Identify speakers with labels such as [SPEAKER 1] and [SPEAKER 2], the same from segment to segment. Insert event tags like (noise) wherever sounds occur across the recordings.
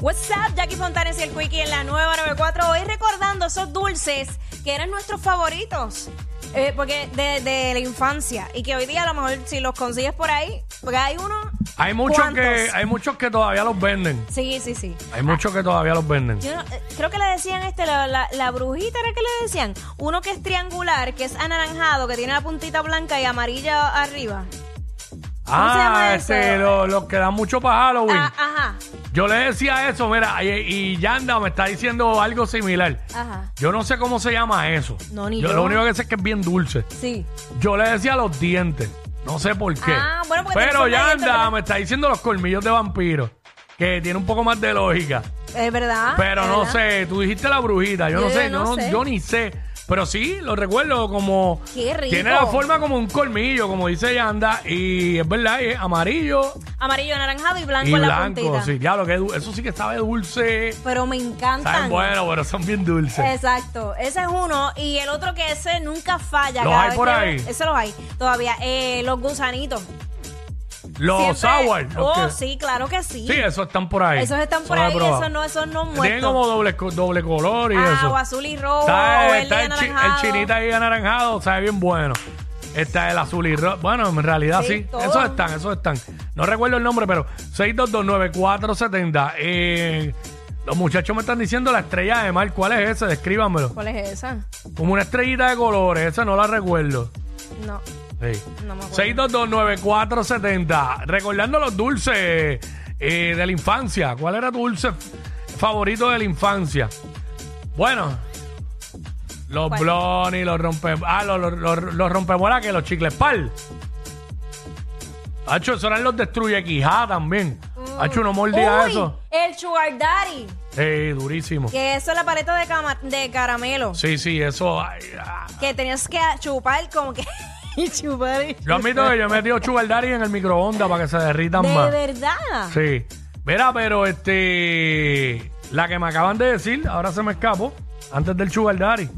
[SPEAKER 1] What's up, Jackie Fontanes y el Quickie en la nueva 94. Hoy recordando esos dulces que eran nuestros favoritos. eh, porque de, de la infancia. Y que hoy día a lo mejor si los consigues por ahí, porque hay uno.
[SPEAKER 2] Hay muchos
[SPEAKER 1] ¿cuántos?
[SPEAKER 2] que hay muchos que todavía los venden.
[SPEAKER 1] Sí, sí, sí.
[SPEAKER 2] Hay muchos que todavía los venden.
[SPEAKER 1] Yo no- eh, creo que le decían este, la, la- la brujita era que le decían. Uno que es triangular, que es anaranjado, que tiene la puntita blanca y amarilla arriba. se llama
[SPEAKER 2] Ah,
[SPEAKER 1] eso?
[SPEAKER 2] este, lo- los que dan mucho para Halloween.
[SPEAKER 1] Ah, ajá,
[SPEAKER 2] Yo le decía eso, mira, y, y Yanda me está diciendo algo similar.
[SPEAKER 1] ajá.
[SPEAKER 2] Yo no sé cómo se llama eso.
[SPEAKER 1] No, ni yo.
[SPEAKER 2] Lo único que sé es que es bien dulce.
[SPEAKER 1] Sí.
[SPEAKER 2] Yo le decía los dientes. No sé por qué.
[SPEAKER 1] Ah, bueno, porque
[SPEAKER 2] Pero
[SPEAKER 1] tienes un
[SPEAKER 2] Yanda
[SPEAKER 1] diente, pero-
[SPEAKER 2] me está diciendo los colmillos de vampiro. Que tiene un poco más de lógica.
[SPEAKER 1] Es verdad.
[SPEAKER 2] Pero
[SPEAKER 1] es
[SPEAKER 2] no
[SPEAKER 1] Ah, verdad.
[SPEAKER 2] sé, tú dijiste la brujita, yo,
[SPEAKER 1] Yo
[SPEAKER 2] no sé,
[SPEAKER 1] no
[SPEAKER 2] yo, no-
[SPEAKER 1] sé.
[SPEAKER 2] yo ni sé. Pero sí, lo recuerdo como...
[SPEAKER 1] Qué rico.
[SPEAKER 2] Tiene la forma como un colmillo, como dice Yanda, y es verdad, es amarillo
[SPEAKER 1] Amarillo, anaranjado y blanco
[SPEAKER 2] y
[SPEAKER 1] en la
[SPEAKER 2] blanco.
[SPEAKER 1] puntita.
[SPEAKER 2] Sí, ya lo que es du- eso sí que sabe dulce.
[SPEAKER 1] Pero me encantan.
[SPEAKER 2] Saben bueno, pero son bien dulces.
[SPEAKER 1] Exacto, ese es uno. Y el otro que ese nunca falla.
[SPEAKER 2] ¿Los
[SPEAKER 1] cada
[SPEAKER 2] hay
[SPEAKER 1] vez
[SPEAKER 2] por
[SPEAKER 1] que-
[SPEAKER 2] ahí?
[SPEAKER 1] Ese los hay todavía. Eh, los gusanitos.
[SPEAKER 2] los
[SPEAKER 1] Siempre-
[SPEAKER 2] sour. los
[SPEAKER 1] Oh,
[SPEAKER 2] que-
[SPEAKER 1] sí, claro que sí.
[SPEAKER 2] Sí, esos están por ahí.
[SPEAKER 1] Esos están por
[SPEAKER 2] Son
[SPEAKER 1] ahí,
[SPEAKER 2] aprobados.
[SPEAKER 1] esos no, esos no
[SPEAKER 2] Tienen
[SPEAKER 1] muertos.
[SPEAKER 2] como doble, co- doble color y
[SPEAKER 1] Ah,
[SPEAKER 2] eso.
[SPEAKER 1] o azul y rojo,
[SPEAKER 2] Está,
[SPEAKER 1] o
[SPEAKER 2] eh,
[SPEAKER 1] verde
[SPEAKER 2] está
[SPEAKER 1] y
[SPEAKER 2] el, chi- el
[SPEAKER 1] anaranjado.
[SPEAKER 2] chinita ahí anaranjado, sabe bien bueno. Está el azul y rojo. Bueno, en realidad
[SPEAKER 1] Sí,
[SPEAKER 2] sí.
[SPEAKER 1] todo.
[SPEAKER 2] Esos están, esos están. No recuerdo el nombre, pero 6229470. Eh, los muchachos me están diciendo la estrella de mar. ¿Cuál es ese? Descríbanmelo.
[SPEAKER 1] ¿Cuál es esa?
[SPEAKER 2] Como una estrellita de colores. Esa no la recuerdo.
[SPEAKER 1] No,
[SPEAKER 2] Sí.
[SPEAKER 1] no me acuerdo.
[SPEAKER 2] 6229470. Recordando los dulces eh, de la infancia. ¿Cuál era tu dulce f- favorito de la infancia? Bueno, los
[SPEAKER 1] ¿Cuál?
[SPEAKER 2] blonis, los rompe... Ah, los, los, los, los rompemuelas que los chicles pal. Hacho, esos eran los destruye quijá también. Hacho, no mordía
[SPEAKER 1] Uh. Uy,
[SPEAKER 2] eso.
[SPEAKER 1] El sugar daddy.
[SPEAKER 2] Sí, durísimo.
[SPEAKER 1] Que eso es la paleta de, cama- de caramelo.
[SPEAKER 2] Sí, sí, eso. ay, ah.
[SPEAKER 1] Que tenías que chupar como que... (laughs) y chupar. y-
[SPEAKER 2] Yo admito que yo he metido chubardari en el microondas para que se derritan más.
[SPEAKER 1] De verdad.
[SPEAKER 2] Sí. Verá, pero este. La que me acaban de decir, ahora se me escapó, antes del Sugar Daddy.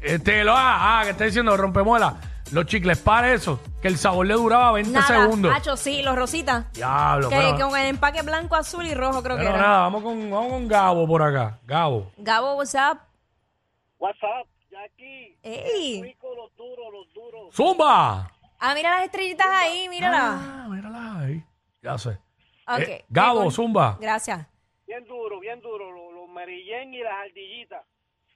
[SPEAKER 2] Este, lo, ah, ah, que está diciendo, rompemuela. Los chicles para eso, que el sabor le duraba 20
[SPEAKER 1] Nada.
[SPEAKER 2] segundos.
[SPEAKER 1] Hacho, sí, los rositas.
[SPEAKER 2] Diablo,
[SPEAKER 1] Que
[SPEAKER 2] pero,
[SPEAKER 1] con el empaque blanco, azul y rojo creo
[SPEAKER 2] pero
[SPEAKER 1] que era.
[SPEAKER 2] nada, vamos con, vamos con Gabo por acá. Gabo.
[SPEAKER 1] Gabo, what's up?
[SPEAKER 3] What's up, Jackie?
[SPEAKER 1] Ey.
[SPEAKER 3] Rico, los duros, los duros.
[SPEAKER 2] ¡Zumba!
[SPEAKER 1] Ah, mira las estrellitas ahí, mírala.
[SPEAKER 2] Ah, mírala ahí. Ya sé.
[SPEAKER 1] Ok.
[SPEAKER 2] Eh, Gabo,
[SPEAKER 1] Recor-
[SPEAKER 2] Zumba.
[SPEAKER 1] Gracias.
[SPEAKER 3] Bien duro, bien duro. Los, los merillén y las ardillitas.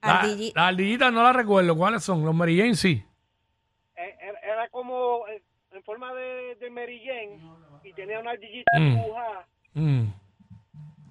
[SPEAKER 2] La-
[SPEAKER 1] Ardilli-
[SPEAKER 2] Las ardillitas no las recuerdo. ¿Cuáles son? Los Mary Jane, sí.
[SPEAKER 3] Eh, er- era como eh, en forma de, de merillén y tenía una ardillita
[SPEAKER 2] Mm.
[SPEAKER 3] dibujada.
[SPEAKER 2] Mm.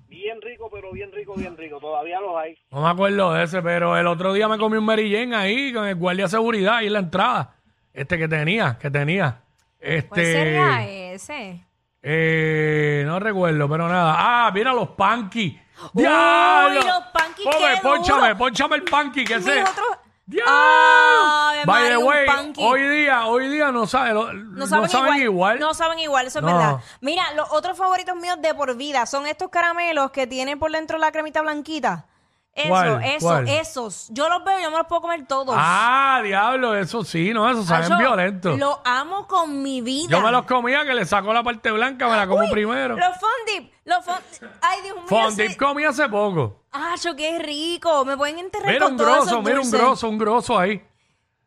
[SPEAKER 3] Bien rico, pero bien rico, bien rico. Todavía los hay.
[SPEAKER 2] No me acuerdo de ese, pero el otro día me comí un merillén ahí con el guardia de seguridad ahí en la entrada. Este que tenía, que tenía.
[SPEAKER 1] ¿Cuál sería
[SPEAKER 2] Este.
[SPEAKER 1] ese?
[SPEAKER 2] eh, no recuerdo, pero nada. Ah, mira los panqui.
[SPEAKER 1] Uy,
[SPEAKER 2] ¡Diablo!
[SPEAKER 1] los panqui,
[SPEAKER 2] Ponme,
[SPEAKER 1] qué
[SPEAKER 2] ponchame,
[SPEAKER 1] duro.
[SPEAKER 2] ponchame el panqui, que
[SPEAKER 1] Mira,
[SPEAKER 2] sé.
[SPEAKER 1] otro-
[SPEAKER 2] ¡Diablo!
[SPEAKER 1] Ave
[SPEAKER 2] By
[SPEAKER 1] María,
[SPEAKER 2] the
[SPEAKER 1] un
[SPEAKER 2] way,
[SPEAKER 1] panqui.
[SPEAKER 2] hoy día, hoy día no sabe, lo-
[SPEAKER 1] No saben, igual. No saben igual, eso es
[SPEAKER 2] No.
[SPEAKER 1] verdad. Mira, los otros favoritos míos de por vida son estos caramelos que tienen por dentro la cremita blanquita. Eso,
[SPEAKER 2] ¿Cuál?
[SPEAKER 1] eso,
[SPEAKER 2] ¿Cuál?
[SPEAKER 1] esos. Yo los veo, yo me los puedo comer todos.
[SPEAKER 2] Ah, diablo, eso sí, no, eso saben
[SPEAKER 1] Acho,
[SPEAKER 2] violento.
[SPEAKER 1] Lo amo con mi vida.
[SPEAKER 2] Yo me los comía que le saco la parte blanca, me la como
[SPEAKER 1] Uy,
[SPEAKER 2] primero.
[SPEAKER 1] Los fondip, los fondip. Ay, Dios mío.
[SPEAKER 2] Fondip
[SPEAKER 1] sí.
[SPEAKER 2] comí hace poco.
[SPEAKER 1] Acho, qué rico. Me pueden enterrar
[SPEAKER 2] Mira
[SPEAKER 1] con
[SPEAKER 2] un
[SPEAKER 1] todos
[SPEAKER 2] grosso,
[SPEAKER 1] esos
[SPEAKER 2] mira un
[SPEAKER 1] dulces.
[SPEAKER 2] grosso, un grosso ahí.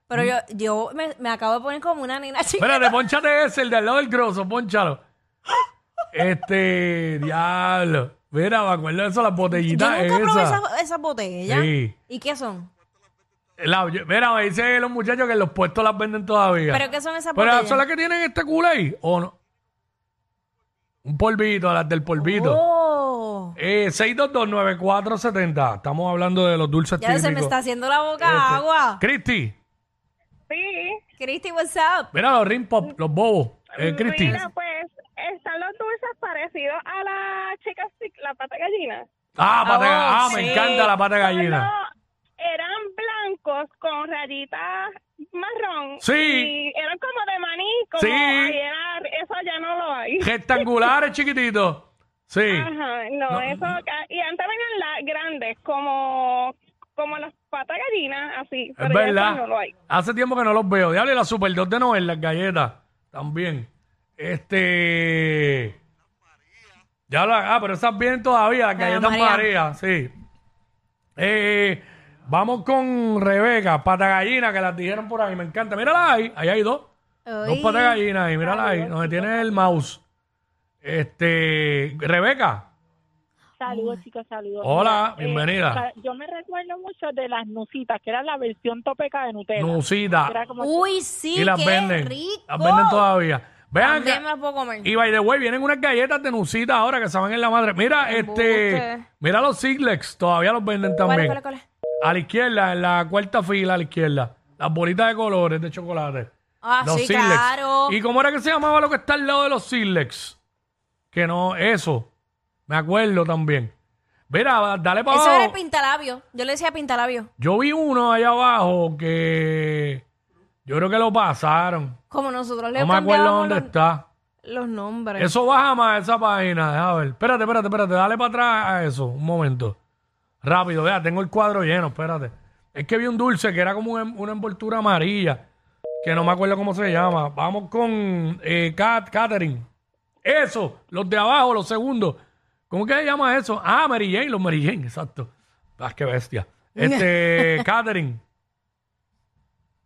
[SPEAKER 1] Pero yo, yo me, me acabo de poner como una nena chica.
[SPEAKER 2] Espérate, ponchate ese, el de al lado del grosso, ponchalo. Este, diablo. Mira, me acuerdo de eso, las
[SPEAKER 1] Yo
[SPEAKER 2] botellitas
[SPEAKER 1] nunca probé
[SPEAKER 2] esas.
[SPEAKER 1] esas, esas botellas.
[SPEAKER 2] Sí.
[SPEAKER 1] ¿Y qué son?
[SPEAKER 2] La- yo- mira, me dicen los muchachos que en los puestos las venden todavía.
[SPEAKER 1] ¿Pero qué son esas
[SPEAKER 2] Pero
[SPEAKER 1] botellas?
[SPEAKER 2] son las que tienen este culo ahí, ¿o no? Un polvito, las del polvito.
[SPEAKER 1] Oh.
[SPEAKER 2] Eh, 6229470. Estamos hablando de los dulces
[SPEAKER 1] Ya se me
[SPEAKER 2] típicos.
[SPEAKER 1] está haciendo la boca
[SPEAKER 2] Este,
[SPEAKER 1] agua.
[SPEAKER 2] Cristi,
[SPEAKER 4] Sí,
[SPEAKER 1] Cristi, what's up?
[SPEAKER 2] mira los rim pop, los bobos. Eh, Cristi.
[SPEAKER 4] mira, pues están los dulces parecido a la chica, stick, la pata gallina.
[SPEAKER 2] Ah, pata,
[SPEAKER 1] Oh,
[SPEAKER 2] ah
[SPEAKER 1] sí.
[SPEAKER 2] me encanta la pata gallina.
[SPEAKER 4] No, eran blancos con rayitas marrón.
[SPEAKER 2] Sí.
[SPEAKER 4] Y eran como de maní, como
[SPEAKER 2] Sí.
[SPEAKER 4] ay, era- eso ya no lo hay.
[SPEAKER 2] Rectangulares chiquititos. Sí.
[SPEAKER 4] Ajá, no, eso ca- y antes venían las grandes como como las patas gallinas así, pero
[SPEAKER 2] Es
[SPEAKER 4] ya
[SPEAKER 2] verdad.
[SPEAKER 4] eso no lo hay.
[SPEAKER 2] Hace tiempo que no los veo. Diablo, y la Super 2 de Noel, las galletas. También. Este. Ya la, ah, pero esas vienen todavía,
[SPEAKER 4] Ah,
[SPEAKER 2] las galletas
[SPEAKER 1] María.
[SPEAKER 2] María, sí. Eh, vamos con Rebeca, pata gallina, que las dijeron por ahí. Me encanta. Mírala ahí, ahí hay dos. Dos
[SPEAKER 1] Ay.
[SPEAKER 2] pata gallinas ahí, mírala ahí, donde tiene el mouse. Este, Rebeca,
[SPEAKER 5] Saludos, chicos, saludos.
[SPEAKER 2] Hola,
[SPEAKER 5] Mira, eh,
[SPEAKER 2] bienvenida.
[SPEAKER 5] o sea, yo me recuerdo mucho de las nusitas, que era la versión topeca de Nutella. Que
[SPEAKER 2] Nusita.
[SPEAKER 5] Era como
[SPEAKER 4] Uh.
[SPEAKER 1] Uy, sí,
[SPEAKER 2] y las
[SPEAKER 1] qué
[SPEAKER 2] venden.
[SPEAKER 1] rico.
[SPEAKER 2] Las venden todavía. Vean
[SPEAKER 1] También me las puedo comer.
[SPEAKER 2] Y by the way, vienen unas galletas de nucita ahora que se van en la madre. Mira, este.
[SPEAKER 1] Embuste.
[SPEAKER 2] Mira los Siglex, todavía los venden
[SPEAKER 1] ¿Cuál,
[SPEAKER 2] también.
[SPEAKER 1] cuál, cuál?
[SPEAKER 2] A la izquierda, en la cuarta fila a la izquierda. Las bolitas de colores de chocolate.
[SPEAKER 1] Ah,
[SPEAKER 2] los
[SPEAKER 1] sí,
[SPEAKER 2] Siglex.
[SPEAKER 1] claro.
[SPEAKER 2] ¿Y cómo era que se llamaba lo que está al lado de los Siglex? Que no, eso. Me acuerdo también. Mira, dale para
[SPEAKER 1] Eso era el
[SPEAKER 2] abajo.
[SPEAKER 1] pintalabio. Yo le decía pintalabio.
[SPEAKER 2] Yo vi uno allá abajo que. Yo creo que lo pasaron.
[SPEAKER 1] Como nosotros le
[SPEAKER 2] No me acuerdo
[SPEAKER 1] cambiábamos
[SPEAKER 2] dónde
[SPEAKER 1] los,
[SPEAKER 2] está.
[SPEAKER 1] los nombres.
[SPEAKER 2] Eso baja más esa página, déjame ver. Espérate, espérate, espérate, dale para atrás a eso, un momento. Rápido, vea, tengo el cuadro lleno, espérate. Es que vi un dulce que era como un- em, una envoltura amarilla, que no me acuerdo cómo se llama. Vamos con eh, Kat, Katherine. Eso, los de abajo, los segundos. ¿Cómo que se llama eso? Ah, Mary Jane, los Mary Jane, exacto. Ah,
[SPEAKER 1] (laughs)
[SPEAKER 2] qué bestia. Este, Katherine.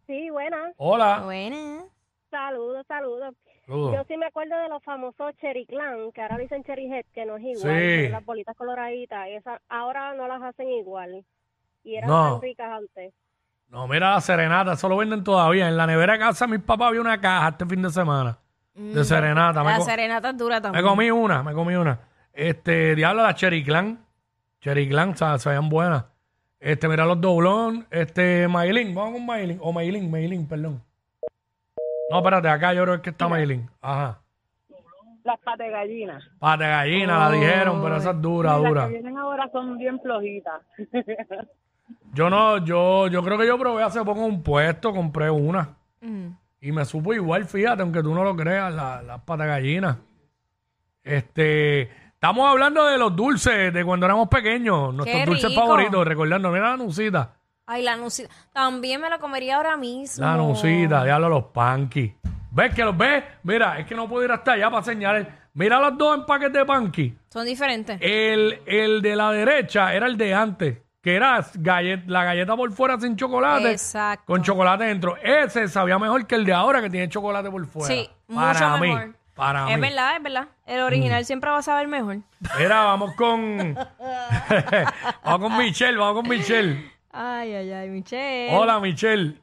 [SPEAKER 4] Sí, buenas.
[SPEAKER 2] Hola.
[SPEAKER 1] Buena.
[SPEAKER 4] Saludos, saludos. Yo
[SPEAKER 2] Saludos.
[SPEAKER 4] sí me acuerdo de los famosos Cherry Clan, que ahora le dicen Cherry Head, que no es igual,
[SPEAKER 2] Sí.
[SPEAKER 4] que las bolitas coloraditas, esas ahora no las hacen igual. Y eran
[SPEAKER 2] No.
[SPEAKER 4] tan ricas antes.
[SPEAKER 2] No, mira la serenata, eso lo venden todavía. En la nevera de casa, mis papás había una caja este fin de semana. De serenata. Me,
[SPEAKER 1] Mm, La
[SPEAKER 2] co-
[SPEAKER 1] serenata es dura
[SPEAKER 2] me
[SPEAKER 1] también.
[SPEAKER 2] comí una, me comí una. Este, diablo, las Cherry Clan. Cherry Clan, sa- sabían buenas. Este, mira los doblón. Este, Maylin, vamos con Maylin. O Maylin, Maylin, perdón. No, espérate, acá yo creo que está Maylin. Ajá.
[SPEAKER 5] las patas de gallina.
[SPEAKER 2] Pata de gallina, la dijeron, pero esa es dura,
[SPEAKER 5] Y
[SPEAKER 2] dura.
[SPEAKER 5] Las que vienen ahora son bien flojitas.
[SPEAKER 2] Yo no, yo, yo creo que yo probé hace poco en un puesto, compré una.
[SPEAKER 1] Mm.
[SPEAKER 2] Y me supo igual, fíjate, aunque tú no lo creas, la- las patagallinas. Este, estamos hablando de los dulces de cuando éramos pequeños, nuestros dulces
[SPEAKER 1] rico.
[SPEAKER 2] favoritos, recordando, mira la nucita,
[SPEAKER 1] Ay, la nucita. También me la comería ahora mismo.
[SPEAKER 2] la nucita, diablo, los panquis. ¿Ves que los ves? Mira, es que no puedo ir hasta allá para señalar. Mira los dos empaques de panquis.
[SPEAKER 1] Son diferentes.
[SPEAKER 2] Eh, El, el de la derecha era el de antes, que era gallet- la galleta por fuera sin chocolate,
[SPEAKER 1] Exacto.
[SPEAKER 2] con chocolate dentro. Ese sabía mejor que el de ahora que tiene chocolate por fuera.
[SPEAKER 1] Sí,
[SPEAKER 2] para
[SPEAKER 1] mucho
[SPEAKER 2] mí,
[SPEAKER 1] mejor.
[SPEAKER 2] Para
[SPEAKER 1] es
[SPEAKER 2] mí. Mm.
[SPEAKER 1] verdad, es verdad. El original siempre va a saber mejor.
[SPEAKER 2] Mira, vamos con.
[SPEAKER 1] (laughs)
[SPEAKER 2] vamos con Michelle, vamos con Michelle.
[SPEAKER 1] Ay, ay, ay, Michelle.
[SPEAKER 2] Hola, Michelle.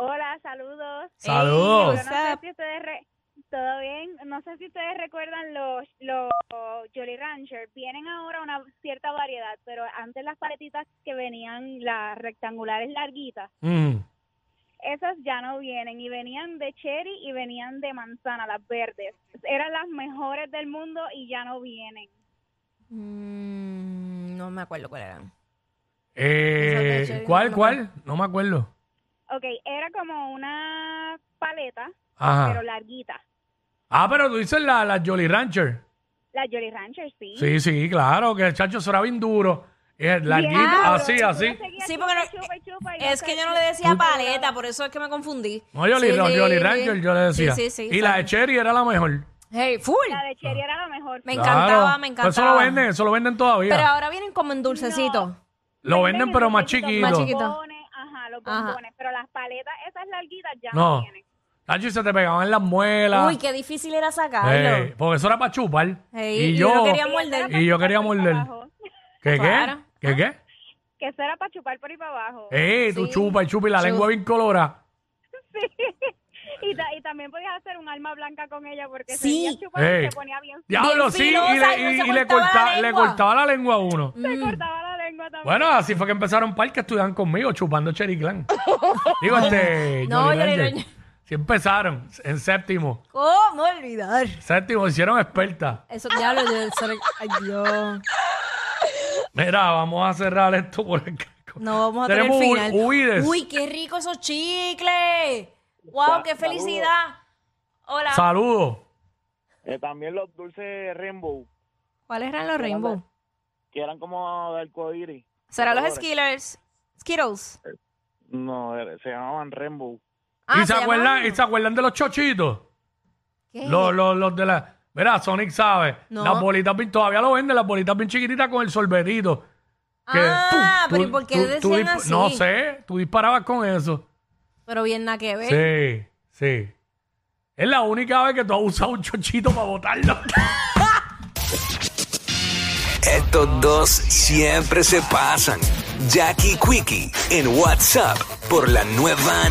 [SPEAKER 4] Hola, saludos.
[SPEAKER 1] Ey,
[SPEAKER 2] Saludos.
[SPEAKER 4] Yo
[SPEAKER 1] what's
[SPEAKER 4] no sé
[SPEAKER 1] up?
[SPEAKER 4] si ustedes re- todo bien, no sé si ustedes recuerdan los los Jolly Rancher, vienen ahora una cierta variedad, pero antes las paletitas que venían las rectangulares larguitas,
[SPEAKER 2] Mm.
[SPEAKER 4] esas ya no vienen y venían de cherry y venían de manzana, las verdes. Eran las mejores del mundo y ya no vienen.
[SPEAKER 1] Mm, no me acuerdo cuál era.
[SPEAKER 2] Eh,
[SPEAKER 1] Esa Michelle,
[SPEAKER 2] ¿Cuál,
[SPEAKER 1] no me
[SPEAKER 2] cuál? No me acuerdo.
[SPEAKER 4] Ok, era como una paleta,
[SPEAKER 2] Ajá.
[SPEAKER 4] pero larguita.
[SPEAKER 2] Ah, pero tú dices la, la Jolly Rancher.
[SPEAKER 4] Las Jolly Rancher, sí.
[SPEAKER 2] Sí, sí, claro, que el chacho será bien duro. Es larguito,
[SPEAKER 4] duro,
[SPEAKER 2] así, así.
[SPEAKER 1] Sí, porque no-
[SPEAKER 4] Chupa y chupa y
[SPEAKER 1] es
[SPEAKER 4] no
[SPEAKER 1] que
[SPEAKER 4] sé-
[SPEAKER 1] yo no le decía paleta, por eso es que me confundí.
[SPEAKER 2] No, Jolly,
[SPEAKER 1] Sí,
[SPEAKER 2] no,
[SPEAKER 1] sí,
[SPEAKER 2] Jolly
[SPEAKER 1] sí.
[SPEAKER 2] Rancher, yo le decía.
[SPEAKER 1] Sí, sí, sí.
[SPEAKER 2] y la
[SPEAKER 1] sabe.
[SPEAKER 2] de Cherry era la mejor.
[SPEAKER 1] Hey, full.
[SPEAKER 4] La de Cherry era la mejor.
[SPEAKER 1] Me encantaba,
[SPEAKER 2] Claro.
[SPEAKER 1] me
[SPEAKER 2] Pues eso lo
[SPEAKER 1] encantaba.
[SPEAKER 2] venden, eso lo venden todavía.
[SPEAKER 1] Pero ahora vienen como en dulcecito.
[SPEAKER 2] lo venden, pero más
[SPEAKER 4] chiquitos,
[SPEAKER 2] chiquito.
[SPEAKER 1] Más
[SPEAKER 4] Los
[SPEAKER 1] chiquito.
[SPEAKER 4] bombones, ajá, los
[SPEAKER 1] Ajá.
[SPEAKER 4] bombones. Pero las paletas, esas larguitas ya no,
[SPEAKER 2] No.
[SPEAKER 4] tienen.
[SPEAKER 2] Chacho, y se te pegaban las muelas.
[SPEAKER 1] Uy, qué difícil era sacarlo.
[SPEAKER 2] Eh, porque eso era para chupar.
[SPEAKER 1] Ey,
[SPEAKER 2] y
[SPEAKER 1] yo
[SPEAKER 2] yo,
[SPEAKER 1] no quería morder.
[SPEAKER 2] y yo quería morder.
[SPEAKER 4] Abajo. (laughs)
[SPEAKER 2] ¿Qué
[SPEAKER 1] Claro.
[SPEAKER 2] qué? ¿Qué qué?
[SPEAKER 4] Que eso era para chupar por ahí para abajo.
[SPEAKER 2] Eh, tú
[SPEAKER 1] Sí.
[SPEAKER 2] chupa y chupa y la
[SPEAKER 1] Chu-
[SPEAKER 2] lengua bien colora.
[SPEAKER 4] Y, ta- y también podías hacer un alma blanca con ella porque
[SPEAKER 1] Sí.
[SPEAKER 4] se veía chupar y
[SPEAKER 2] Ey.
[SPEAKER 4] se ponía bien.
[SPEAKER 2] Diablo,
[SPEAKER 1] Bien
[SPEAKER 2] sí. Y
[SPEAKER 1] filosa
[SPEAKER 2] le,
[SPEAKER 1] y no
[SPEAKER 2] y-
[SPEAKER 1] se
[SPEAKER 2] y le
[SPEAKER 1] cortaba la
[SPEAKER 2] corta- le
[SPEAKER 1] lengua. Mm.
[SPEAKER 2] cortaba la lengua a uno.
[SPEAKER 4] Se cortaba la lengua también.
[SPEAKER 2] Bueno, así fue que
[SPEAKER 1] (laughs)
[SPEAKER 2] empezaron par que estudiaban conmigo chupando Cherry Clan. Digo, este.
[SPEAKER 1] No,
[SPEAKER 2] Jolly
[SPEAKER 1] Jolly
[SPEAKER 2] Rancher.
[SPEAKER 1] Rancher.
[SPEAKER 2] Si empezaron en séptimo.
[SPEAKER 1] ¿Cómo olvidar?
[SPEAKER 2] Séptimo hicieron experta.
[SPEAKER 1] Eso, diablo, yo. sorry. Ay, Dios.
[SPEAKER 2] Mira, vamos a cerrar esto por acá.
[SPEAKER 1] No vamos a
[SPEAKER 2] Tenemos
[SPEAKER 1] tener
[SPEAKER 2] hu-
[SPEAKER 1] final.
[SPEAKER 2] huides.
[SPEAKER 1] Uy, qué rico esos chicles. Wow,
[SPEAKER 3] Sa-
[SPEAKER 1] qué
[SPEAKER 3] saludos.
[SPEAKER 1] felicidad. Hola.
[SPEAKER 2] Saludos.
[SPEAKER 3] Eh, también los dulces Rainbow,
[SPEAKER 1] ¿Cuáles eran los Rainbow?
[SPEAKER 3] que eran como de arcoíris.
[SPEAKER 1] ¿Serán los
[SPEAKER 3] colores.
[SPEAKER 1] Skillers? Skittles.
[SPEAKER 3] No, eh, se llamaban Rainbow.
[SPEAKER 1] Ah,
[SPEAKER 2] ¿Y, se
[SPEAKER 1] llamaban-
[SPEAKER 2] acuerdan, ¿Y se acuerdan de los chochitos?
[SPEAKER 1] ¿Qué?
[SPEAKER 2] Los, los, los de la. Mira, Sonic sabe.
[SPEAKER 1] Eh. No.
[SPEAKER 2] Las bolitas bien, todavía lo venden, las bolitas bien chiquititas con el sorbetito. que
[SPEAKER 1] Ah,
[SPEAKER 2] tú-
[SPEAKER 1] pero ¿y
[SPEAKER 2] tú-
[SPEAKER 1] por qué
[SPEAKER 2] tú-
[SPEAKER 1] decían
[SPEAKER 2] tú dispa-
[SPEAKER 1] así?
[SPEAKER 2] No sé, tú disparabas con eso.
[SPEAKER 1] Pero bien nada que ver.
[SPEAKER 2] Sí, sí. Es la única vez que tú has usado un chochito para botarlo.
[SPEAKER 6] Estos dos siempre se pasan. Jackie Quickie en WhatsApp por la nueva